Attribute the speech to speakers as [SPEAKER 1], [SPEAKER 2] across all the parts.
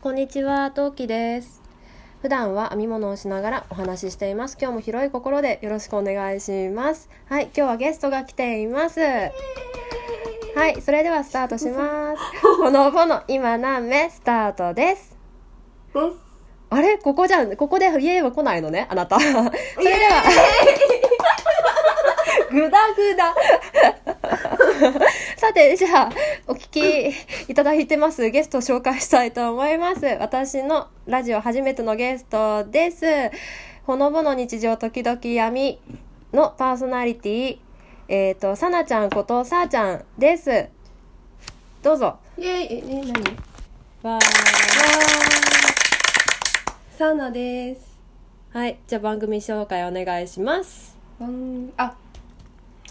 [SPEAKER 1] こんにちは、トウキです。普段は編み物をしながらお話ししています。今日も広い心でよろしくお願いします。はい、今日はゲストが来ています。はい、それではスタートします。ほのぼの今何目スタートです。
[SPEAKER 2] です。
[SPEAKER 1] あれここじゃん。ここで家は来ないのね、あなた。それでは。 ぐだぐだ。 さて、じゃあ、お聞きいただいてますゲストを紹介したいと思います。私のラジオ初めてのゲストです。ほのぼの日常時々闇のパーソナリティ、えっ、と、さなちゃんことさーちゃんです。どうぞ。
[SPEAKER 2] イェイ、え、え、なにわ
[SPEAKER 1] わ
[SPEAKER 2] ー。サナです。
[SPEAKER 1] はい、じゃあ番組紹介お願いします。
[SPEAKER 2] うん、あ、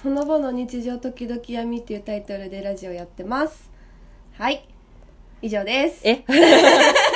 [SPEAKER 2] ほのぼの日常時々闇っていうタイトルでラジオやってます。はい。以上です。
[SPEAKER 1] え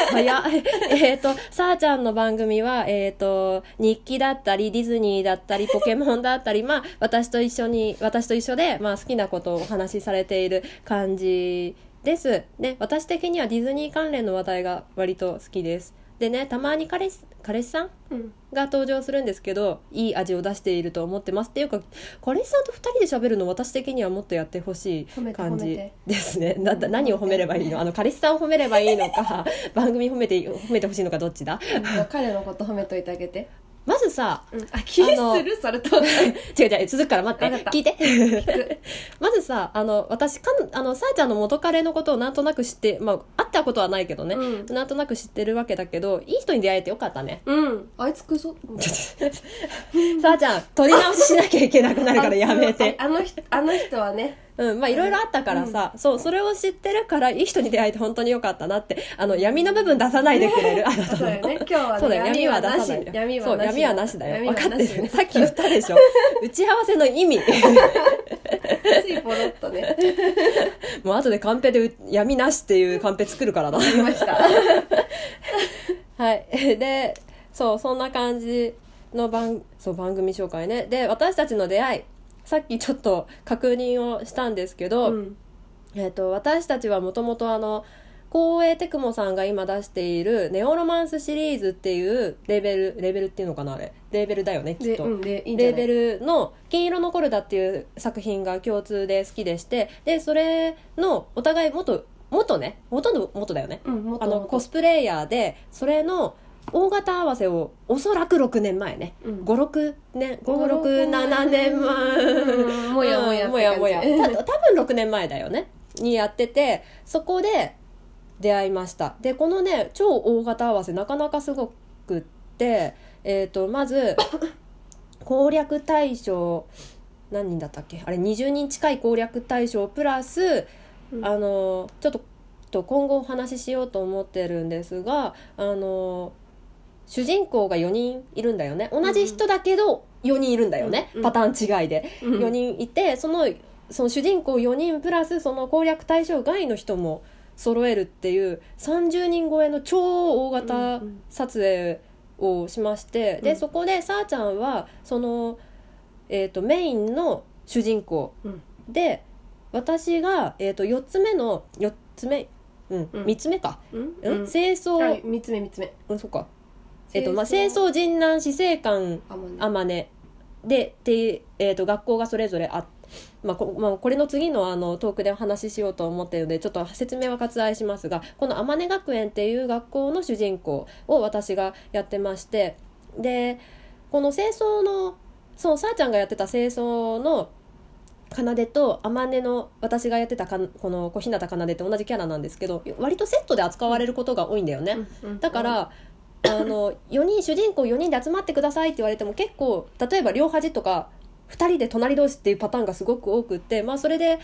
[SPEAKER 1] 早っえっと、さあちゃんの番組は、えっ、と、日記だったり、ディズニーだったり、ポケモンだったり、まあ、私と一緒に、私と一緒で、まあ、好きなことをお話しされている感じです。で、私的にはディズニー関連の話題が割と好きです。でね、たまに彼氏、彼氏さん
[SPEAKER 2] うん。
[SPEAKER 1] が登場するんですけど、いい味を出していると思ってます。っていうか、彼氏さんと二人で喋るの私的にはもっとやってほしい
[SPEAKER 2] 褒めて
[SPEAKER 1] 感
[SPEAKER 2] 褒め
[SPEAKER 1] じ
[SPEAKER 2] て。
[SPEAKER 1] ですね。 だだ何を褒めればいいのあの、彼氏さんを褒めればいいの か、番組褒めて、褒めてほしいのかどっちだ
[SPEAKER 2] うん彼のこと褒めといてあげて。
[SPEAKER 1] まずさ、
[SPEAKER 2] うん。あ、気に
[SPEAKER 1] あの
[SPEAKER 2] するそれと。
[SPEAKER 1] 違う違う、続くから待
[SPEAKER 2] わか
[SPEAKER 1] っ。
[SPEAKER 2] ってた
[SPEAKER 1] 聞いて。 まずさ、あの、私、かん、あの、さあちゃんの元彼のことをなんとなく知って、まあ、会ったことはないけどね。
[SPEAKER 2] うん
[SPEAKER 1] なんとなく知ってるわけだけど、いい人に出会えてよかったね。
[SPEAKER 2] うん。あいつくそ。
[SPEAKER 1] さあちゃん、取り直ししなきゃいけなくなるからやめて。
[SPEAKER 2] ああの人、あの人はね。
[SPEAKER 1] うん、まあいろいろあったからさ、そう、それを知ってるから、いい人に出会えて本当によかったなって、あの、闇の部分出さないでくれる、あな
[SPEAKER 2] あ
[SPEAKER 1] た
[SPEAKER 2] そう
[SPEAKER 1] の
[SPEAKER 2] だ。よね。今日は、ね、
[SPEAKER 1] そうだよ、闇は出さないよ。
[SPEAKER 2] 闇
[SPEAKER 1] そ
[SPEAKER 2] は
[SPEAKER 1] う、
[SPEAKER 2] なし。
[SPEAKER 1] 闇はなしだよ。
[SPEAKER 2] 闇
[SPEAKER 1] 分
[SPEAKER 2] はな
[SPEAKER 1] か
[SPEAKER 2] し
[SPEAKER 1] ってるよね。さっき言ったで しょ。打ち合わせの意味。
[SPEAKER 2] ついポロッとね。
[SPEAKER 1] もう後でカンペでう闇なしっていうカンペ作るからな。
[SPEAKER 2] 言いました。
[SPEAKER 1] はい。で、そう、そんな感じの番、そう、番組紹介ね。で、私たちの出会い。さっきちょっと確認をしたんですけど、
[SPEAKER 2] うん。
[SPEAKER 1] えっと、私たちはもともとあの、光栄テクモさんが今出しているネオロマンスシリーズっていうレーベル、レーベルっていうのかなあれ。レーベルだよね、きっ
[SPEAKER 2] で、
[SPEAKER 1] と。
[SPEAKER 2] うん、で、いいんじゃ
[SPEAKER 1] レー
[SPEAKER 2] な
[SPEAKER 1] ベ
[SPEAKER 2] い
[SPEAKER 1] ルの「金色のコルダ」っていう作品が共通で好きでしてでそれのお互い元元ねほとんど元だよね
[SPEAKER 2] うん、もっと
[SPEAKER 1] あ
[SPEAKER 2] もっ
[SPEAKER 1] の
[SPEAKER 2] と
[SPEAKER 1] コスプレイヤーでそれの大型合わせをおそらく6年前ね
[SPEAKER 2] うん
[SPEAKER 1] 56年
[SPEAKER 2] 5
[SPEAKER 1] 567年前
[SPEAKER 2] うんもやもや
[SPEAKER 1] うん
[SPEAKER 2] って感じ
[SPEAKER 1] もやもやた多分6年前だよねにやっててそこで出会いましたでこのね超大型合わせなかなかすごくって、えー、とまず 攻略対象何人だったっけあれ20人近い攻略対象プラス、
[SPEAKER 2] うん
[SPEAKER 1] あのちょっとと今後お話ししようと思ってるんですがあの主人公が4人いるんだよね同じ人だけど4人いるんだよね、
[SPEAKER 2] うん
[SPEAKER 1] パターン違いで
[SPEAKER 2] うん
[SPEAKER 1] 4人いて、そのその主人公4人プラスその攻略対象外の人も揃えるっていう30人超えの超大型
[SPEAKER 2] うん
[SPEAKER 1] 撮影をしまして、
[SPEAKER 2] う
[SPEAKER 1] で
[SPEAKER 2] ん
[SPEAKER 1] そこでさあちゃんはその、えー、とメインの主人公、
[SPEAKER 2] うん
[SPEAKER 1] で私が、えー、と4つ目の4つ目うん、
[SPEAKER 2] うん
[SPEAKER 1] 3つ目か、
[SPEAKER 2] うん
[SPEAKER 1] う
[SPEAKER 2] うんん
[SPEAKER 1] 清掃、
[SPEAKER 2] はい三つ目三つ目
[SPEAKER 1] うんそっかえっ、とまあ清掃人南死生観
[SPEAKER 2] あま
[SPEAKER 1] あまねでって、えー、と学校がそれぞれあっまあこまあ、これの次のあのトークでお話ししようと思ってるのでちょっと説明は割愛しますがこの天音学園っていう学校の主人公を私がやってましてでこの清掃のそうさあちゃんがやってた清掃の奏と天音の私がやってたかこの小日向奏って同じキャラなんですけど割とセットで扱われることが多いんだよね。だから、あの4人主人公4人で集まってくださいって言われても結構例えば両端とか2人で隣同士っていうパターンがすごく多くってまあそれで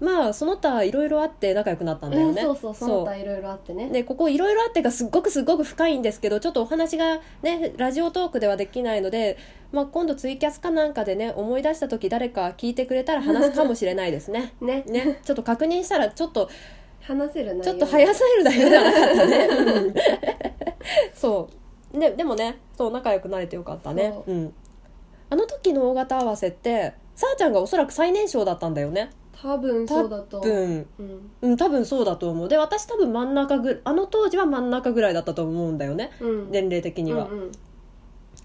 [SPEAKER 1] まあその他いろいろあって仲良くなったんだよね。
[SPEAKER 2] そうそうその他いろいろあってね
[SPEAKER 1] でここいろいろあってがすっごくすっごく深いんですけどちょっとお話がねラジオトークではできないので、まあ、今度ツイキャスかなんかでね思い出した時誰か聞いてくれたら話すかもしれないです ね
[SPEAKER 2] ね
[SPEAKER 1] ねちょっと確認したらちょっと
[SPEAKER 2] 話せる内容
[SPEAKER 1] ちょっと早すぎるだけじゃなかったね。うん そう。で、でもね、そう、仲良くなれてよかったね。
[SPEAKER 2] そう
[SPEAKER 1] うん。あの時の大型合わせって、さあちゃんがおそらく最年少だったんだよね。
[SPEAKER 2] 多分そうだと
[SPEAKER 1] 多分
[SPEAKER 2] うん
[SPEAKER 1] うん多分そうだと思うで私多分真ん中ぐあの当時は真ん中ぐらいだったと思うんだよね
[SPEAKER 2] うん
[SPEAKER 1] 年齢的には、
[SPEAKER 2] うんうん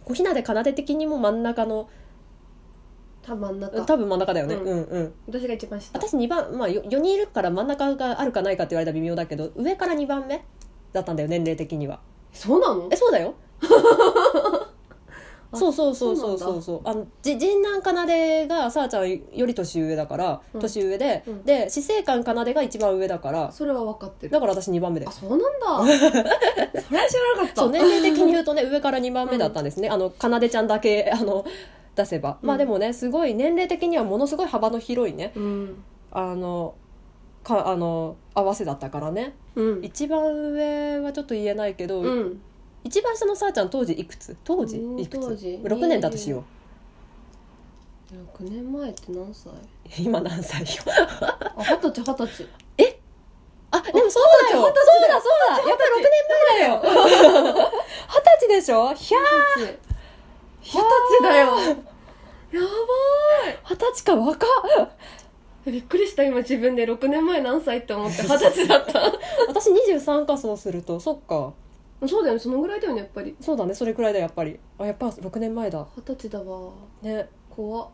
[SPEAKER 1] 小日向で奏で的にも真ん中の
[SPEAKER 2] 多分真ん中
[SPEAKER 1] 多分真ん中だよね、
[SPEAKER 2] うん
[SPEAKER 1] うんうん
[SPEAKER 2] 私が一番下
[SPEAKER 1] 私2番、まあ、4人いるから真ん中があるかないかって言われたら微妙だけど上から2番目だったんだよ年齢的には
[SPEAKER 2] そうなの
[SPEAKER 1] えそうだよ
[SPEAKER 2] あ
[SPEAKER 1] そうそうそうそう
[SPEAKER 2] そうな
[SPEAKER 1] そ
[SPEAKER 2] んだ
[SPEAKER 1] うそうあのじ陣南かなでがさあちゃんより年上だから、
[SPEAKER 2] うん
[SPEAKER 1] 年上で、
[SPEAKER 2] うん
[SPEAKER 1] で死生観かなでが一番上だから
[SPEAKER 2] それは分かってる
[SPEAKER 1] だから私2番目だ
[SPEAKER 2] あ
[SPEAKER 1] よ
[SPEAKER 2] そ うなんだそれは知らなかった
[SPEAKER 1] そう年齢的に言うとね上から2番目だったんですね、あのかなでちゃんだけあの出せば、ま
[SPEAKER 2] う
[SPEAKER 1] あ
[SPEAKER 2] ん
[SPEAKER 1] でもねすごい年齢的にはものすごい幅の広いね
[SPEAKER 2] うん
[SPEAKER 1] あのかあの合わせだったからね
[SPEAKER 2] うん
[SPEAKER 1] 一番上はちょっと言えないけど、
[SPEAKER 2] うん
[SPEAKER 1] 一番下のさあちゃん当時いくつ当時
[SPEAKER 2] うん
[SPEAKER 1] いくつ
[SPEAKER 2] 当時
[SPEAKER 1] 6年だとしよう
[SPEAKER 2] 6年前って何歳
[SPEAKER 1] 今何歳よ
[SPEAKER 2] あ二十歳二十歳
[SPEAKER 1] あでもそうだよそ
[SPEAKER 2] あ
[SPEAKER 1] う
[SPEAKER 2] 二十
[SPEAKER 1] だそうだやっぱり6年前だよ 二十歳でしょひゃー
[SPEAKER 2] 二十歳だよやばい
[SPEAKER 1] 二十歳か若っ
[SPEAKER 2] びっくりした今自分で6年前何歳って思って二十歳だった
[SPEAKER 1] 私23かそうするとそっか
[SPEAKER 2] そうだよねそのぐらいだよねやっぱり
[SPEAKER 1] そうだねそれくらいだやっぱりあやっぱ6年前だ
[SPEAKER 2] 二十歳だわ
[SPEAKER 1] ね
[SPEAKER 2] 怖っ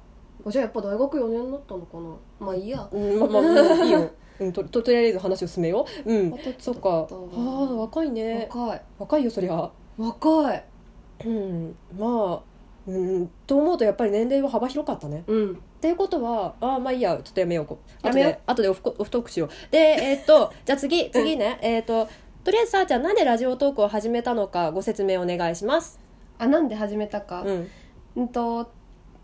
[SPEAKER 2] あじゃあやっぱ大学4年だったのかなまあいいや
[SPEAKER 1] うんまあまあうんいいよ、うん、とととりあえず話を進めよううん
[SPEAKER 2] 二十
[SPEAKER 1] そ
[SPEAKER 2] 歳
[SPEAKER 1] っ
[SPEAKER 2] だ
[SPEAKER 1] かあ
[SPEAKER 2] った
[SPEAKER 1] あ若いね
[SPEAKER 2] 若い
[SPEAKER 1] 若いよそりゃ
[SPEAKER 2] 若い
[SPEAKER 1] うんまあうんと思うとやっぱり年齢は幅広かったね
[SPEAKER 2] うん
[SPEAKER 1] っていうことはああまあいいやちょっとやめようこう
[SPEAKER 2] やめよう
[SPEAKER 1] 後で後でオフコオフトークしようでえーっとじゃあ次次ねえーっととりあえずさあちゃんなんでラジオトークを始めたのかご説明お願いします
[SPEAKER 2] あなんで始めたか
[SPEAKER 1] うん
[SPEAKER 2] うんと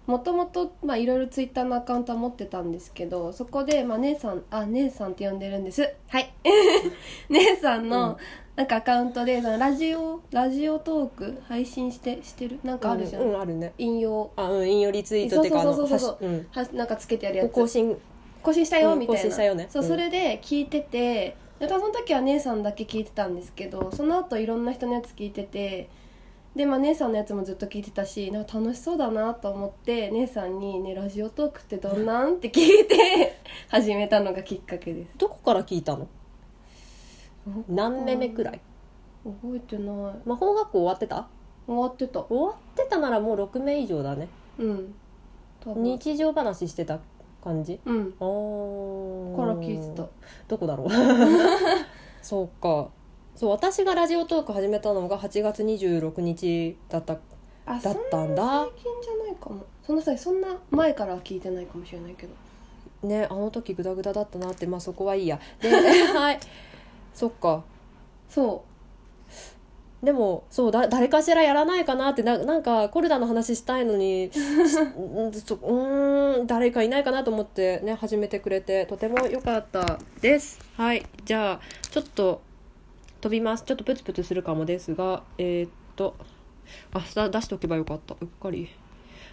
[SPEAKER 2] もともとまあいろいろツイッターのアカウントは持ってたんですけどそこで、まあ、姉さんあ姉さんって呼んでるんですはい 姉さ
[SPEAKER 1] う
[SPEAKER 2] ん
[SPEAKER 1] ん
[SPEAKER 2] のなんかアカウントでそのラジオラジオトーク配信してしてるなんかあるじゃん、
[SPEAKER 1] うん、うんあるね
[SPEAKER 2] 引用
[SPEAKER 1] あうん引用リツイートっていうかあの
[SPEAKER 2] そうそうそうそう
[SPEAKER 1] はしうん
[SPEAKER 2] はなんかつけてやるやつ
[SPEAKER 1] 更新
[SPEAKER 2] 更新したよ
[SPEAKER 1] うん
[SPEAKER 2] みたいな、
[SPEAKER 1] 更新したよね
[SPEAKER 2] そう
[SPEAKER 1] うん
[SPEAKER 2] それで聞いててだからその時は姉さんだけ聞いてたんですけどその後いろんな人のやつ聞いててで、まあ、姉さんのやつもずっと聞いてたしなんか楽しそうだなと思って姉さんに、ね「ラジオトークってどんなん?」って聞いて 始めたのがきっかけです
[SPEAKER 1] どこから聞いたの何目目くらい
[SPEAKER 2] 覚えてない
[SPEAKER 1] 魔法学校終わってた
[SPEAKER 2] 終わってた
[SPEAKER 1] 終わってたならもう6名以上だね
[SPEAKER 2] うん多分
[SPEAKER 1] 日常話してた感じ
[SPEAKER 2] うん
[SPEAKER 1] あー
[SPEAKER 2] から聞いてた
[SPEAKER 1] どこだ ろうそうかそう私がラジオトーク始めたのが8月26日だった
[SPEAKER 2] あ
[SPEAKER 1] だ
[SPEAKER 2] そん
[SPEAKER 1] っ
[SPEAKER 2] な
[SPEAKER 1] たんだ
[SPEAKER 2] 最近じゃないかもそんなさそんな前からは聞いてないかもしれないけど
[SPEAKER 1] ねあの時グダグダだったなってまあそこはいいや ではいそっか
[SPEAKER 2] そ
[SPEAKER 1] でもそうだ誰かしらやらないかなってななんかコルダの話したいのにしうんそううーん誰かいないかなと思ってね始めてくれてとても良かったですはいじゃあちょっと飛びますちょっとプツプツするかもですがえーっとあさ出しておけばよかったうっかり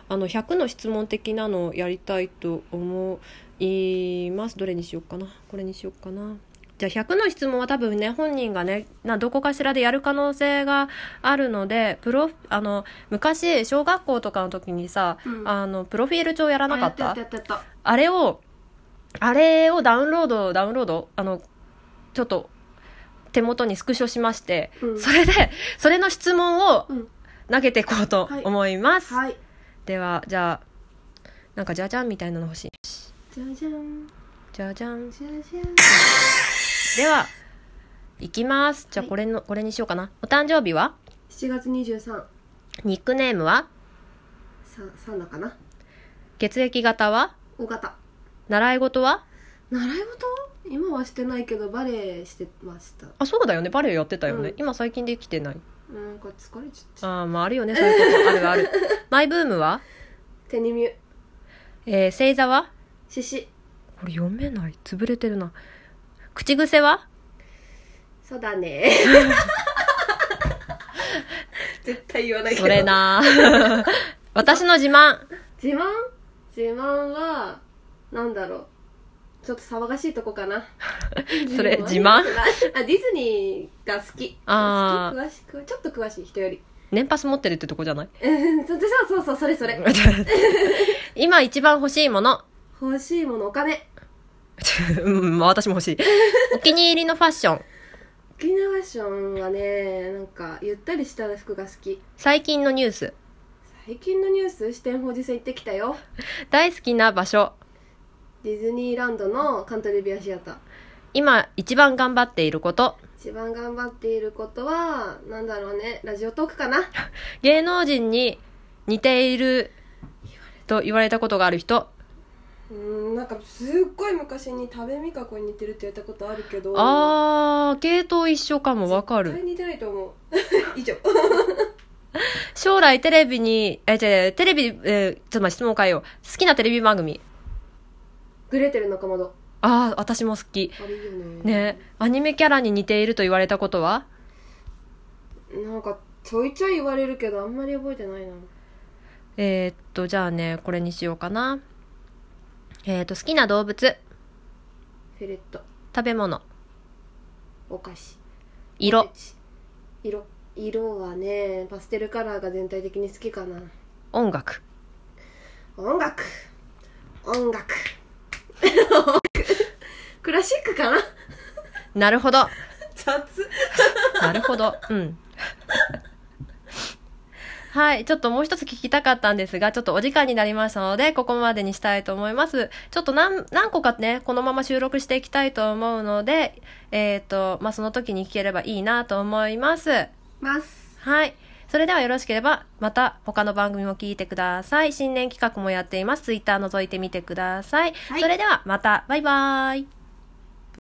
[SPEAKER 1] あの100の質問的なのをやりたいと思いますどれにしようかなこれにしようかなじゃあ100の質問は多分ね本人がねなどこかしらでやる可能性があるのでプロあの昔小学校とかの時にさ、
[SPEAKER 2] うん
[SPEAKER 1] あのプロフィール帳やら
[SPEAKER 2] う
[SPEAKER 1] なかっ
[SPEAKER 2] あ
[SPEAKER 1] た
[SPEAKER 2] やったやったやった
[SPEAKER 1] あれを、あれをダウンロード、ダウンロード、あの、ちょっと、手元にスクショしまして、
[SPEAKER 2] うん
[SPEAKER 1] それで、それの質問を
[SPEAKER 2] うん
[SPEAKER 1] 投げていこうと思います。
[SPEAKER 2] はい
[SPEAKER 1] では、じゃあ、なんか、じゃじゃんみたいなの欲しい。
[SPEAKER 2] じゃじゃん
[SPEAKER 1] じゃじゃん。
[SPEAKER 2] じゃじゃん
[SPEAKER 1] では、いきます。じゃあ、
[SPEAKER 2] はい
[SPEAKER 1] これの、これにしようかな。お誕生日は
[SPEAKER 2] 7月23さ
[SPEAKER 1] ニックネームは
[SPEAKER 2] サンだかな
[SPEAKER 1] 血液型は
[SPEAKER 2] 尾形
[SPEAKER 1] 習い事は
[SPEAKER 2] 習い事今はしてないけどバレエしてました
[SPEAKER 1] あ、そうだよね。バレエやってたよね。
[SPEAKER 2] うん
[SPEAKER 1] 今最近できてない。
[SPEAKER 2] なんか疲れちゃった
[SPEAKER 1] ああ、まあ、あるよね。そういうこと。あ るある。マイブームは
[SPEAKER 2] 手にミュ
[SPEAKER 1] えー、星座は
[SPEAKER 2] 獅子
[SPEAKER 1] これ読めない潰れてるな口癖は
[SPEAKER 2] そうだね 絶対言わないけど
[SPEAKER 1] それな 私の自慢
[SPEAKER 2] 自慢自慢はなんだろうちょっと騒がしいとこかな
[SPEAKER 1] それ自慢
[SPEAKER 2] あディズニーが好き
[SPEAKER 1] あー
[SPEAKER 2] 好き詳しくちょっと詳しい人より
[SPEAKER 1] 年パス持ってるってとこ じゃない
[SPEAKER 2] うんそうそうそうそれそれ
[SPEAKER 1] 今一番欲しいもの
[SPEAKER 2] 欲しいものお金
[SPEAKER 1] うんまあ私も欲しいお気に入りのファッション
[SPEAKER 2] 沖縄ションはねなんかゆったりした服が好き
[SPEAKER 1] 最近のニュース
[SPEAKER 2] 最近のニュース四天王寺線行ってきたよ
[SPEAKER 1] 大好きな場所
[SPEAKER 2] ディズニーランドのカントリービアシアター
[SPEAKER 1] 今一番頑張っていること
[SPEAKER 2] 一番頑張っていることはなんだろうねラジオトークかな
[SPEAKER 1] 芸能人に似ていると言われたことがある人
[SPEAKER 2] うんなんかすっごい昔に多部未華子に似てるって言ったことあるけど
[SPEAKER 1] あー系統一緒かもわか
[SPEAKER 2] 絶
[SPEAKER 1] る
[SPEAKER 2] 対似てないと思う 以上
[SPEAKER 1] 将来テレビにえ違う違うテレビ、えーちょっと待って質問変えよう好きなテレビ番組
[SPEAKER 2] グレテルのかまど
[SPEAKER 1] ああ私も好き
[SPEAKER 2] あれいいよね
[SPEAKER 1] ねアニメキャラに似ていると言われたことは
[SPEAKER 2] なんかちょいちょい言われるけどあんまり覚えてないな
[SPEAKER 1] えーっとじゃあねこれにしようかなえーっと好きな動物
[SPEAKER 2] フェレット
[SPEAKER 1] 食べ物
[SPEAKER 2] お菓子
[SPEAKER 1] 色
[SPEAKER 2] 色色はねパステルカラーが全体的に好きかな
[SPEAKER 1] 音楽
[SPEAKER 2] 音楽音楽 クラシックかな
[SPEAKER 1] なるほど
[SPEAKER 2] 雑
[SPEAKER 1] なるほど。うん。はい。ちょっともう一つ聞きたかったんですが、ちょっとお時間になりましたので、ここまでにしたいと思います。ちょっと何、何個かね、このまま収録していきたいと思うので、えっ、と、まあ、その時に聞ければいいなと思います。
[SPEAKER 2] ます
[SPEAKER 1] はい。それではよろしければ、また他の番組も聞いてください。新年企画もやっています。ツイッター覗いてみてください。
[SPEAKER 2] はい
[SPEAKER 1] それではまた、バイバイ。